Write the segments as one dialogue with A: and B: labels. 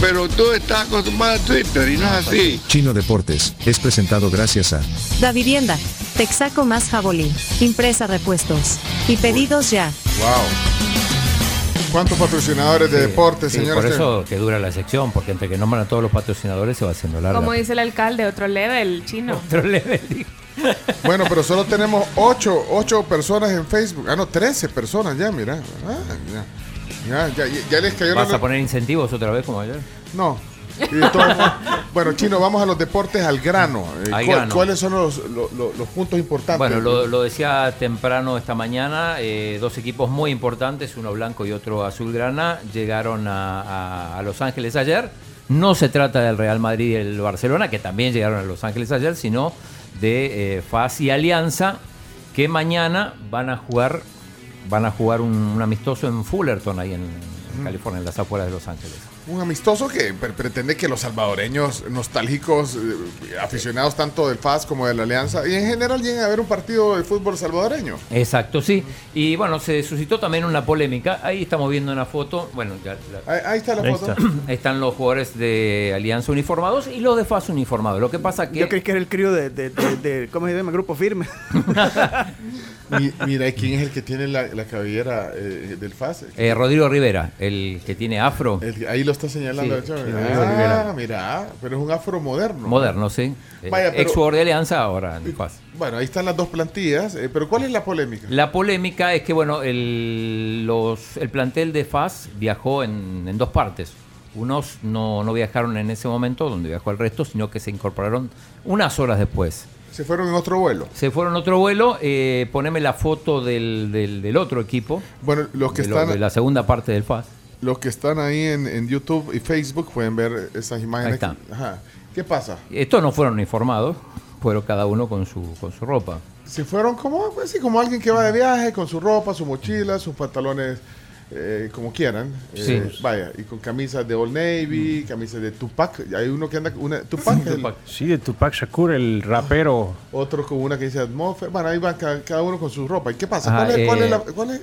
A: Pero tú estás acostumbrado a Twitter y no es así.
B: Chino Deportes es presentado gracias a
C: Da Vivienda, Texaco más Jabolí, Impresa Repuestos y Pedidos Ya.
D: Wow. ¿Cuántos patrocinadores de deportes,
E: Sí,
D: señor?
E: por
D: Esteban?
E: eso que dura la sección, porque entre que nombran a todos los patrocinadores se va haciendo larga.
F: Como dice el alcalde, otro level, chino.
E: Otro level.
D: Bueno, pero solo tenemos 8, personas en Facebook. Ah, no, 13 personas ya, mira. Ah, ya. Ya, ya, ya- ya les cayó la
E: ¿Vas a poner incentivos otra vez como ayer?
D: No. Y de todos modos- bueno, Chino, vamos a los deportes al grano. Eh,
E: Al
D: ¿cuál-
E: grano.
D: ¿Cuáles son los, lo- lo- los puntos importantes?
E: Bueno, lo, lo decía temprano esta mañana, eh, dos equipos muy importantes, uno blanco y otro azulgrana, llegaron a, a- a Los Ángeles ayer. No se trata del Real Madrid y el Barcelona, que también llegaron a Los Ángeles ayer, sino de eh, FAS y Alianza, que mañana van a jugar, van a jugar un, un amistoso en Fullerton, ahí en, en California, en las afueras de Los Ángeles.
D: Un amistoso que pre- pretende que los salvadoreños nostálgicos, eh, aficionados tanto del FAS como de la Alianza, y en general lleguen a ver un partido de fútbol salvadoreño.
E: Exacto, sí. Y bueno, se suscitó también una polémica. Ahí estamos viendo una foto. Bueno, ya la-
D: Ahí, ahí está la
G: Ahí
D: foto.
G: está.
E: están los jugadores de Alianza uniformados y los de FAS uniformados. Lo que pasa
G: Yo creí
E: que
G: que era el crío de, de, de- de- ¿cómo se llama? Grupo Firme.
D: Mi- mira, ¿y ¿quién es el que tiene la, la cabellera eh, del FAS?
E: eh, Rodrigo Rivera, el que tiene afro
D: El- ahí lo está señalando.
E: Sí,
D: el chavo.
E: sí,
D: ah, mira, pero es un afro moderno.
E: moderno, sí. Eh,
D: Vaya, pero-
E: ex jugador de Alianza ahora en FAS.
D: Bueno, ahí están las dos plantillas, eh, pero ¿cuál es la polémica?
E: La polémica es que bueno, el, los- el plantel de FAS viajó en, en dos partes. Unos no, no viajaron en ese momento donde viajó el resto, sino que se incorporaron unas horas después.
D: Se fueron en otro vuelo.
E: Se fueron a otro vuelo, eh, poneme la foto del, del- del otro equipo,
D: Bueno, los que
E: de, lo-
D: están...
E: de la segunda parte del FAS.
D: Los que están ahí en, en YouTube y Facebook pueden ver esas imágenes.
E: Ahí está.
D: Ajá. ¿Qué pasa?
E: Estos no fueron uniformados, fueron cada uno con su, con su ropa.
D: Se fueron como, pues, sí, como alguien que va de viaje, con su ropa, su mochila, sus pantalones, eh, como quieran.
E: Sí. Mm.
D: Eh, vaya, y con camisas de Old Navy, camisas de Tupac. Hay uno que anda con una Tupac, el-
E: Tupac.
H: Sí, de Tupac Shakur, el rapero.
D: otro con una que dice Atmosphere. Bueno, ahí van ca- cada, uno con su ropa. ¿Y qué pasa?
E: Ajá,
D: ¿Cuál, es, cuál
E: eh,
D: es la- cuál es-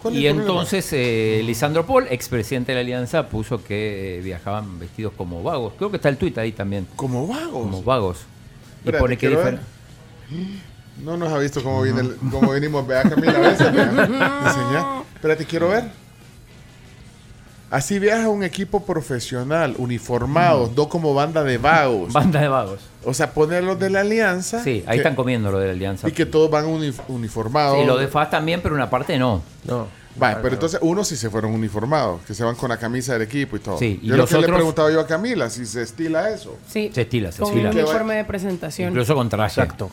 D: cuál es
E: Y
D: el problema?
E: entonces eh, Lisandro Paul, expresidente de la Alianza, puso que eh, viajaban vestidos como vagos. Creo que está el tuit ahí también,
D: Como vagos.
E: como vagos. Y
D: Espérate,
E: pone que
D: quiero
E: difer-
D: ver. No nos ha visto cómo, viene el- cómo venimos. Vea Camila a veces. vea. Enseñá. Espérate, quiero ver. Así viaja un equipo profesional, uniformados, no como banda de vagos.
E: banda de vagos.
D: O sea, ponerlos de la alianza.
E: Sí, ahí
D: Ah, que-
E: están comiendo lo de la Alianza.
D: Y que todos van uni- uniformados.
E: Sí, lo de FAS también, pero una parte no.
D: Va, pero entonces unos sí se fueron uniformados, que se van con la camisa del equipo y todo.
E: Sí, y
D: yo lo
E: los
D: que le
E: otros-
D: preguntaba yo a Camila, si se estila eso.
F: Sí.
E: Se estila, se
F: Con
E: estila.
F: un uniforme de presentación.
E: Incluso con traje.
H: Exacto.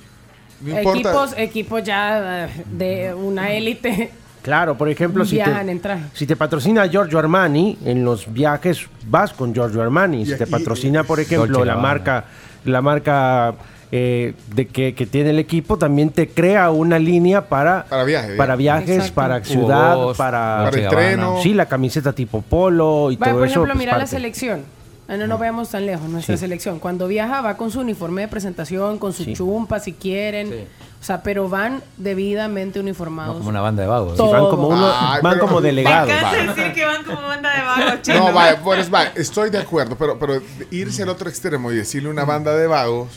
D: No importa.
F: Equipos, equipos ya eh, de una élite.
G: Claro, por ejemplo,
F: si te- Viajan en traje.
G: si te patrocina Giorgio Armani, en los viajes vas con Giorgio Armani.
D: Si te patrocina,
G: por
E: ejemplo, Dolce la Gabbana. marca-
G: la marca eh, de que, tiene el equipo, también te crea una línea para
D: Para viaje,
G: para viajes,
F: Exacto.
G: para
E: Hugo
G: ciudad,
E: Boss,
G: para,
D: Para
E: Dolce
D: entreno.
E: Gabbana.
G: sí, la camiseta tipo polo y
F: Vaya,
G: todo
F: por
G: eso.
F: ejemplo,
G: pues,
F: mira la
G: parte.
F: selección. Ah, No nos veamos tan lejos, nuestra selección. Cuando viaja va con su uniforme de presentación, con su chumpa si quieren.
E: Sí.
F: O sea, pero van debidamente
E: No
F: uniformados.
E: como una banda de vagos.
F: Todo.
G: Van como uno,
D: Ay,
G: van
D: pero-
G: como delegados.
F: decir que van como banda de vagos,
D: No, vaya, pues, vaya, estoy de acuerdo, pero, pero irse al otro extremo y decirle a una banda de vagos.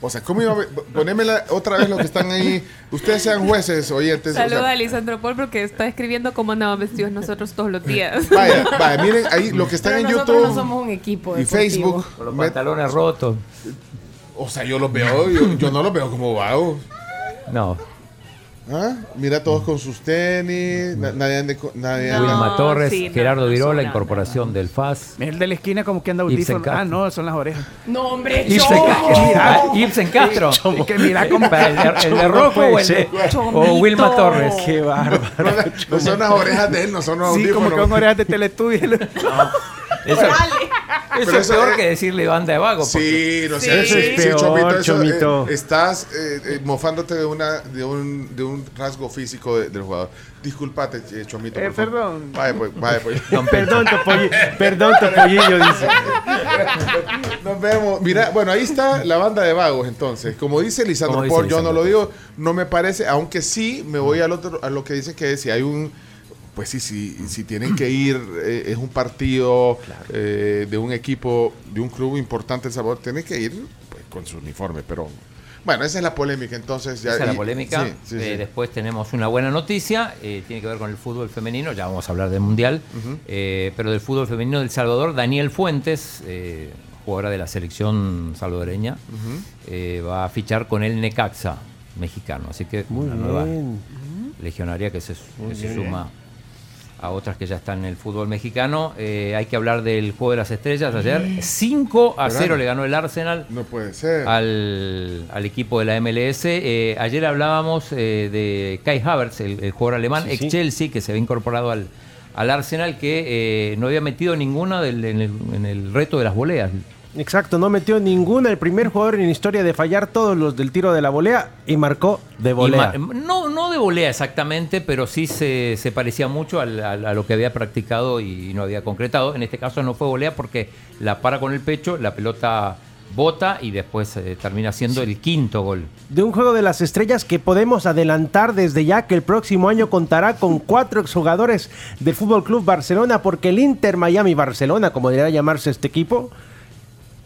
D: O sea, ¿cómo iba a ver? Ponémela otra vez los que están ahí. Ustedes sean jueces, oyentes. o sea,
I: Saluda a Lisandro Paul porque está escribiendo cómo andamos vestidos nosotros todos los días.
D: vaya, vaya, miren ahí los que están
F: Pero
D: en
F: nosotros
D: YouTube
F: no somos un equipo
D: y
F: deportivo.
D: Facebook.
E: Con los
D: me-
E: pantalones rotos.
D: o sea, yo los veo, yo, yo no los veo como vagos.
E: No.
D: ¿Ah? Mira todos con sus tenis, na- nadie ande con- nadie
I: No.
D: ande-
E: Wilma Torres,
I: sí, no,
E: Gerardo
I: no,
E: Virola,
I: no, no,
E: incorporación del FAS.
G: El de la esquina como que anda
E: Ibsen
G: audífono.
E: Castro.
G: Ah, no, son las orejas.
F: No, hombre, yo.
G: Ibsen Castro.
E: Ah, Ibsen Castro.
G: Chomo. Que mira cómo-
E: Para el, el de
G: Chomo,
E: rojo
G: puede
E: o el de,
G: ser.
E: o Wilma Torres.
G: Qué bárbaro.
D: No son las orejas de él, no son los
G: Sí, como que
D: audífonos.
G: son orejas de Teletubbies.
E: Eso, eso
D: Pero
E: es
D: eso
E: peor
D: es-
E: que decirle banda de vago.
D: Sí, no sé.
G: Eso es peor, Chomito.
D: estás eh, eh, mofándote de, una, de, un, de un rasgo físico de- del jugador. Disculpate, eh, Chomito.
J: Eh,
D: por favor.
J: perdón.
D: Vaya, pues, vaya, pues.
G: Perdón, Topolli- perdón, Topollillo, dice.
D: Nos vemos. Mira, bueno, ahí está la banda de vagos, entonces. Como dice Lisandro
E: Como dice
D: Paul, yo no
E: Lisandro
D: lo digo, no me parece, aunque sí me voy al otro, a lo que dice que si hay un. Pues sí, sí, si tienen que ir, eh, es un partido eh, de un equipo, de un club importante, El Salvador, tienen que ir pues, con su uniforme, pero. Bueno, esa es la polémica, entonces. Ya,
E: Esa es la
D: y-
E: polémica.
D: sí, sí,
E: Eh,
D: sí.
E: Después tenemos una buena noticia, eh, tiene que ver con el fútbol femenino, ya vamos a hablar del Mundial, eh, pero del fútbol femenino del Salvador, Daniel Fuentes, eh, jugadora de la selección salvadoreña, eh, va a fichar con el Necaxa mexicano, así que
G: Muy
E: una nueva
G: bien.
E: legionaria que se,
G: Muy
E: que se
G: bien.
E: suma a otras que ya están en el fútbol mexicano. Eh, hay que hablar del Juego de las Estrellas ayer, 5 a
D: Pero
E: 0
D: no.
E: le ganó el Arsenal
D: No puede ser.
E: Ah. al, al equipo de la MLS. Eh, ayer hablábamos eh, de Kai Havertz, el, el jugador alemán,
G: Sí,
E: ex
G: sí.
E: Chelsea, que se había incorporado al, al Arsenal, que eh, no había metido ninguna del- en, el, en el reto de las voleas.
G: Exacto, no metió ninguna. El primer jugador en historia de fallar todos los del tiro de la volea y marcó de volea.
E: Y ma- No, no de volea exactamente, pero sí se, se parecía mucho al- al- a, lo que había practicado y no había concretado. En este caso no fue volea porque la para con el pecho, la pelota bota y después eh, termina siendo el quinto gol.
G: de un juego de las estrellas que podemos adelantar desde ya que el próximo año contará con cuatro exjugadores del Fútbol Club Barcelona porque el Inter Miami Barcelona, como debería llamarse este equipo,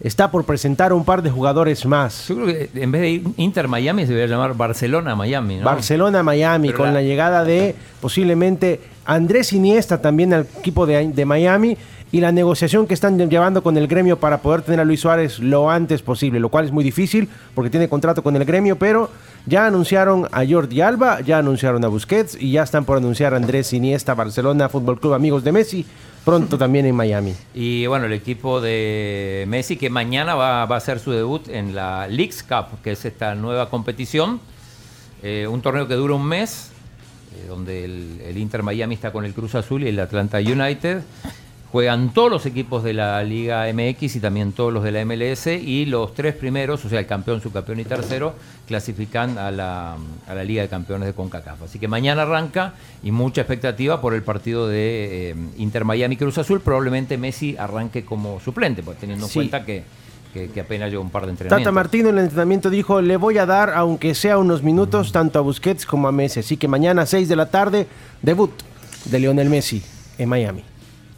G: está por presentar un par de jugadores más.
E: Yo creo que en vez de Inter Miami se debería llamar Barcelona Miami, ¿no?
G: Barcelona Miami
E: Pero
G: con
E: la-
G: la... llegada de posiblemente Andrés Iniesta también al equipo de, de Miami y la negociación que están llevando con el gremio para poder tener a Luis Suárez lo antes posible, lo cual es muy difícil porque tiene contrato con el gremio, pero ya anunciaron a Jordi Alba, ya anunciaron a Busquets y ya están por anunciar a Andrés Iniesta, Barcelona Fútbol Club, amigos de Messi, pronto también en Miami.
E: Y bueno, el equipo de Messi que mañana va, va a hacer su debut en la Leagues Cup, que es esta nueva competición. Eh, un torneo que dura un mes, eh, donde el, el Inter Miami está con el Cruz Azul y el Atlanta United. Juegan todos los equipos de la Liga MX y también todos los de la MLS y los tres primeros, o sea, el campeón, subcampeón y tercero, clasifican a la, a la Liga de Campeones de CONCACAF. Así que mañana arranca y mucha expectativa por el partido de eh, Inter Miami Cruz Azul. Probablemente Messi arranque como suplente, pues, teniendo en
G: Sí.
E: cuenta que, que- que apenas lleva un par de
G: Tata
E: entrenamientos.
G: Martino en el entrenamiento dijo, le voy a dar, aunque sea unos minutos, tanto a Busquets como a Messi. Así que mañana 6 de la tarde, debut de Lionel Messi en Miami.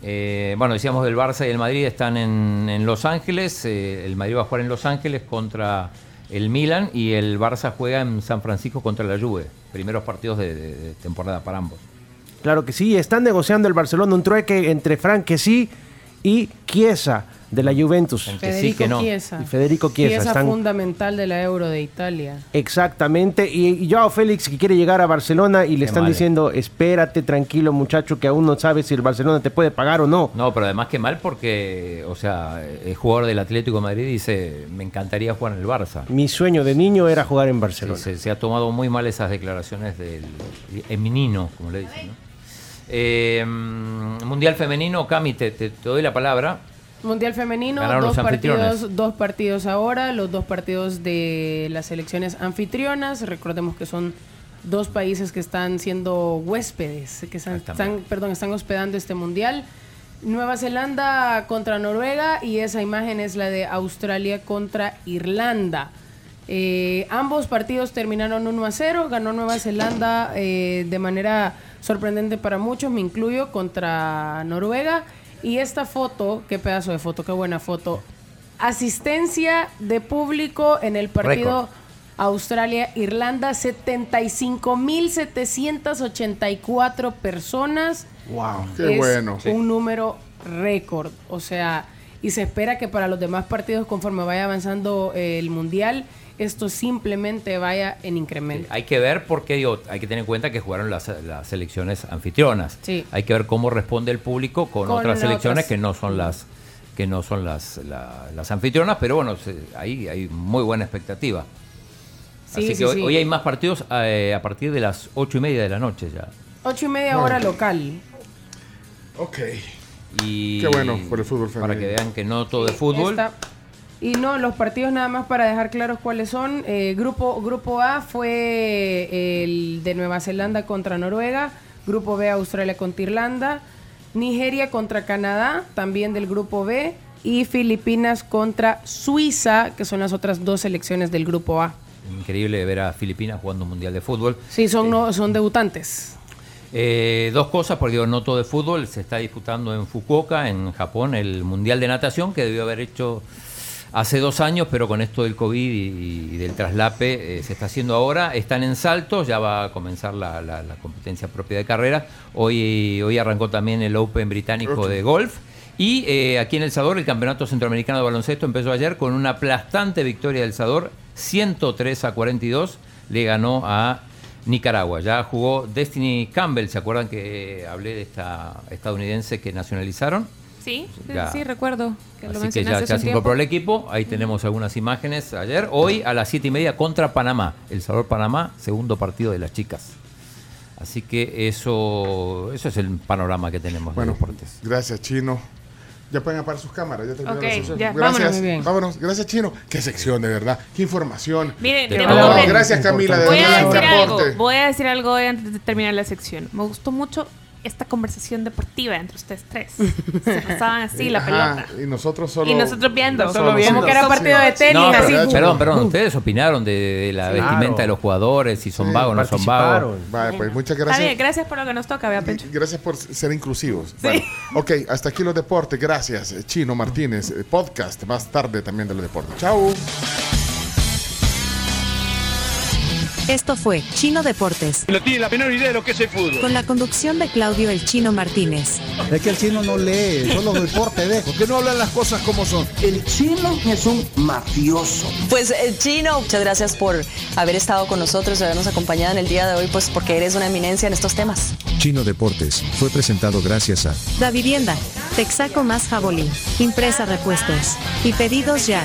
E: Eh, bueno, decíamos del Barça y el Madrid están en, en Los Ángeles. eh, el Madrid va a jugar en Los Ángeles contra el Milan y el Barça juega en San Francisco contra la Juve. Primeros partidos de, de- de temporada para ambos.
G: Claro que sí, están negociando el Barcelona un trueque entre Frank Kessie y Chiesa de la Juventus.
E: Que sí, que no.
G: Y Federico Chiesa,
F: Chiesa
G: están-
F: fundamental de la Euro de Italia.
G: Exactamente, y, y Joao Félix que quiere llegar a Barcelona y le
E: Qué
G: están
E: mal. eh.
G: diciendo, espérate tranquilo muchacho que aún no sabes si el Barcelona te puede pagar o no.
E: No, pero además que mal porque, o sea, el jugador del Atlético de Madrid dice, me encantaría jugar en el Barça.
G: Mi sueño de niño era jugar en
E: Sí,
G: Barcelona.
E: se, se ha tomado muy mal esas declaraciones del eminino, como le dicen. ¿no? Eh, mm, mundial femenino, Cami, te- te- te doy la palabra.
F: Mundial femenino,
E: Ganaron
F: dos
E: los anfitriones.
F: partidos, dos partidos ahora, los dos partidos de las selecciones anfitrionas. Recordemos que son dos países que están siendo huéspedes, que están,
E: Exactamente.
F: están- perdón, están hospedando este mundial. Nueva Zelanda contra Noruega y esa imagen es la de Australia contra Irlanda. Eh, ambos partidos terminaron 1 a 0, ganó Nueva Zelanda eh, de manera sorprendente para muchos, me incluyo, contra Noruega. Y esta foto, qué pedazo de foto, qué buena foto. Asistencia de público en el partido Australia-Irlanda, 75.784 personas.
D: Wow, qué
F: Es
D: bueno.
F: Un número récord. O sea, y se espera que para los demás partidos, conforme vaya avanzando eh, el mundial, este esto simplemente vaya en incremento.
E: Hay que ver porque digo, hay que tener en cuenta que jugaron las, las selecciones anfitrionas.
F: Sí.
E: Hay que ver cómo responde el público con,
F: Con
E: otras
F: otras.
E: selecciones que no son las que no son las, la- las anfitrionas, pero bueno, se- ahí hay muy buena expectativa.
F: Sí,
E: Así que
F: sí,
E: hoy,
F: sí.
E: hoy hay más partidos eh, a partir de las ocho y media de la noche ya.
F: Ocho y media hora local.
D: Ok.
E: Y
D: Qué bueno por el fútbol
E: Para que
D: femenino.
E: vean que no todo es fútbol.
F: Esta- y no, los partidos nada más para dejar claros cuáles son. Eh, grupo, grupo A fue el de Nueva Zelanda contra Noruega. Grupo B, Australia contra Irlanda. Nigeria contra Canadá, también del grupo B. Y Filipinas contra Suiza, que son las otras dos selecciones del grupo A.
E: Increíble ver a Filipinas jugando un mundial de fútbol.
F: Sí, son, no, son debutantes.
E: Eh, dos cosas, porque digo, no todo es fútbol. Se está disputando en Fukuoka, en Japón, el Mundial de Natación, que debió haber hecho hace dos años, pero con esto del COVID y, y del traslape eh, se está haciendo ahora. Están en salto, ya va a comenzar la, la- la competencia propia de carrera. Hoy, hoy arrancó también el Open británico de golf. Y eh, aquí en El Salvador, el Campeonato Centroamericano de Baloncesto empezó ayer con una aplastante victoria del Salvador, 103 a 42. Le ganó a Nicaragua. Ya jugó Destiny Campbell, ¿se acuerdan que hablé de esta estadounidense que nacionalizaron?
I: Sí, sí,
E: Ya.
I: sí, recuerdo que lo
E: Así que
I: mencionaste
E: ya,
I: hace
E: ya
I: un
E: se incorporó el
I: tiempo.
E: equipo. Ahí tenemos algunas imágenes ayer. Hoy a las 7 y media contra Panamá. El Salvador Panamá, segundo partido de las chicas. Así que eso, eso es el panorama que tenemos.
D: Bueno,
E: de deportes.
D: Gracias, Chino. Ya pueden apagar sus cámaras. Ya terminó
I: Ok,
D: la sesión.
I: ya, vámonos.
D: Gracias.
I: Muy bien.
D: vámonos. Gracias, Chino. Qué sección, de verdad. Qué información.
I: Miren,
D: Te
I: de
D: vamos.
I: volver.
D: Gracias, Camila. De
I: Voy a
D: verdad,
I: decir algo,
D: aporte.
I: voy a decir algo antes de terminar la sección. Me gustó mucho esta conversación deportiva entre ustedes tres. Se pasaban así la
D: Ajá,
I: pelota.
D: Y nosotros solo.
I: Y nosotros viendo. Solo
D: Solo
I: viendo.
D: sí.
I: Como que era partido de tenis,
E: No,
I: así.
E: pero-
D: Uh.
E: perdón, perdón. Ustedes opinaron de, de la
I: Sí.
E: vestimenta
D: Claro.
E: de los jugadores, si son vagos o no son vagos.
D: Vale, pues muchas
I: Está
D: gracias.
I: bien, gracias por lo que nos toca, vea, Pencho.
D: Gracias por ser inclusivos. Bueno, ok, hasta aquí los deportes. Gracias, Chino Martínez. eh, Podcast más tarde también de los deportes. Chao.
C: Esto fue Chino Deportes,
J: No tiene la menor idea de lo que es el fútbol.
C: con la conducción de Claudio El Chino Martínez.
K: Es que el chino no lee, solo deporte ve. ¿Por qué no hablan las cosas como son? El chino es un mafioso.
L: Pues eh, Chino, muchas gracias por haber estado con nosotros y habernos acompañado en el día de hoy, pues porque eres una eminencia en estos temas.
B: Chino Deportes fue presentado gracias a
C: Da Vivienda, Texaco más Jabolí, Impresa Repuestos y Pedidos Ya.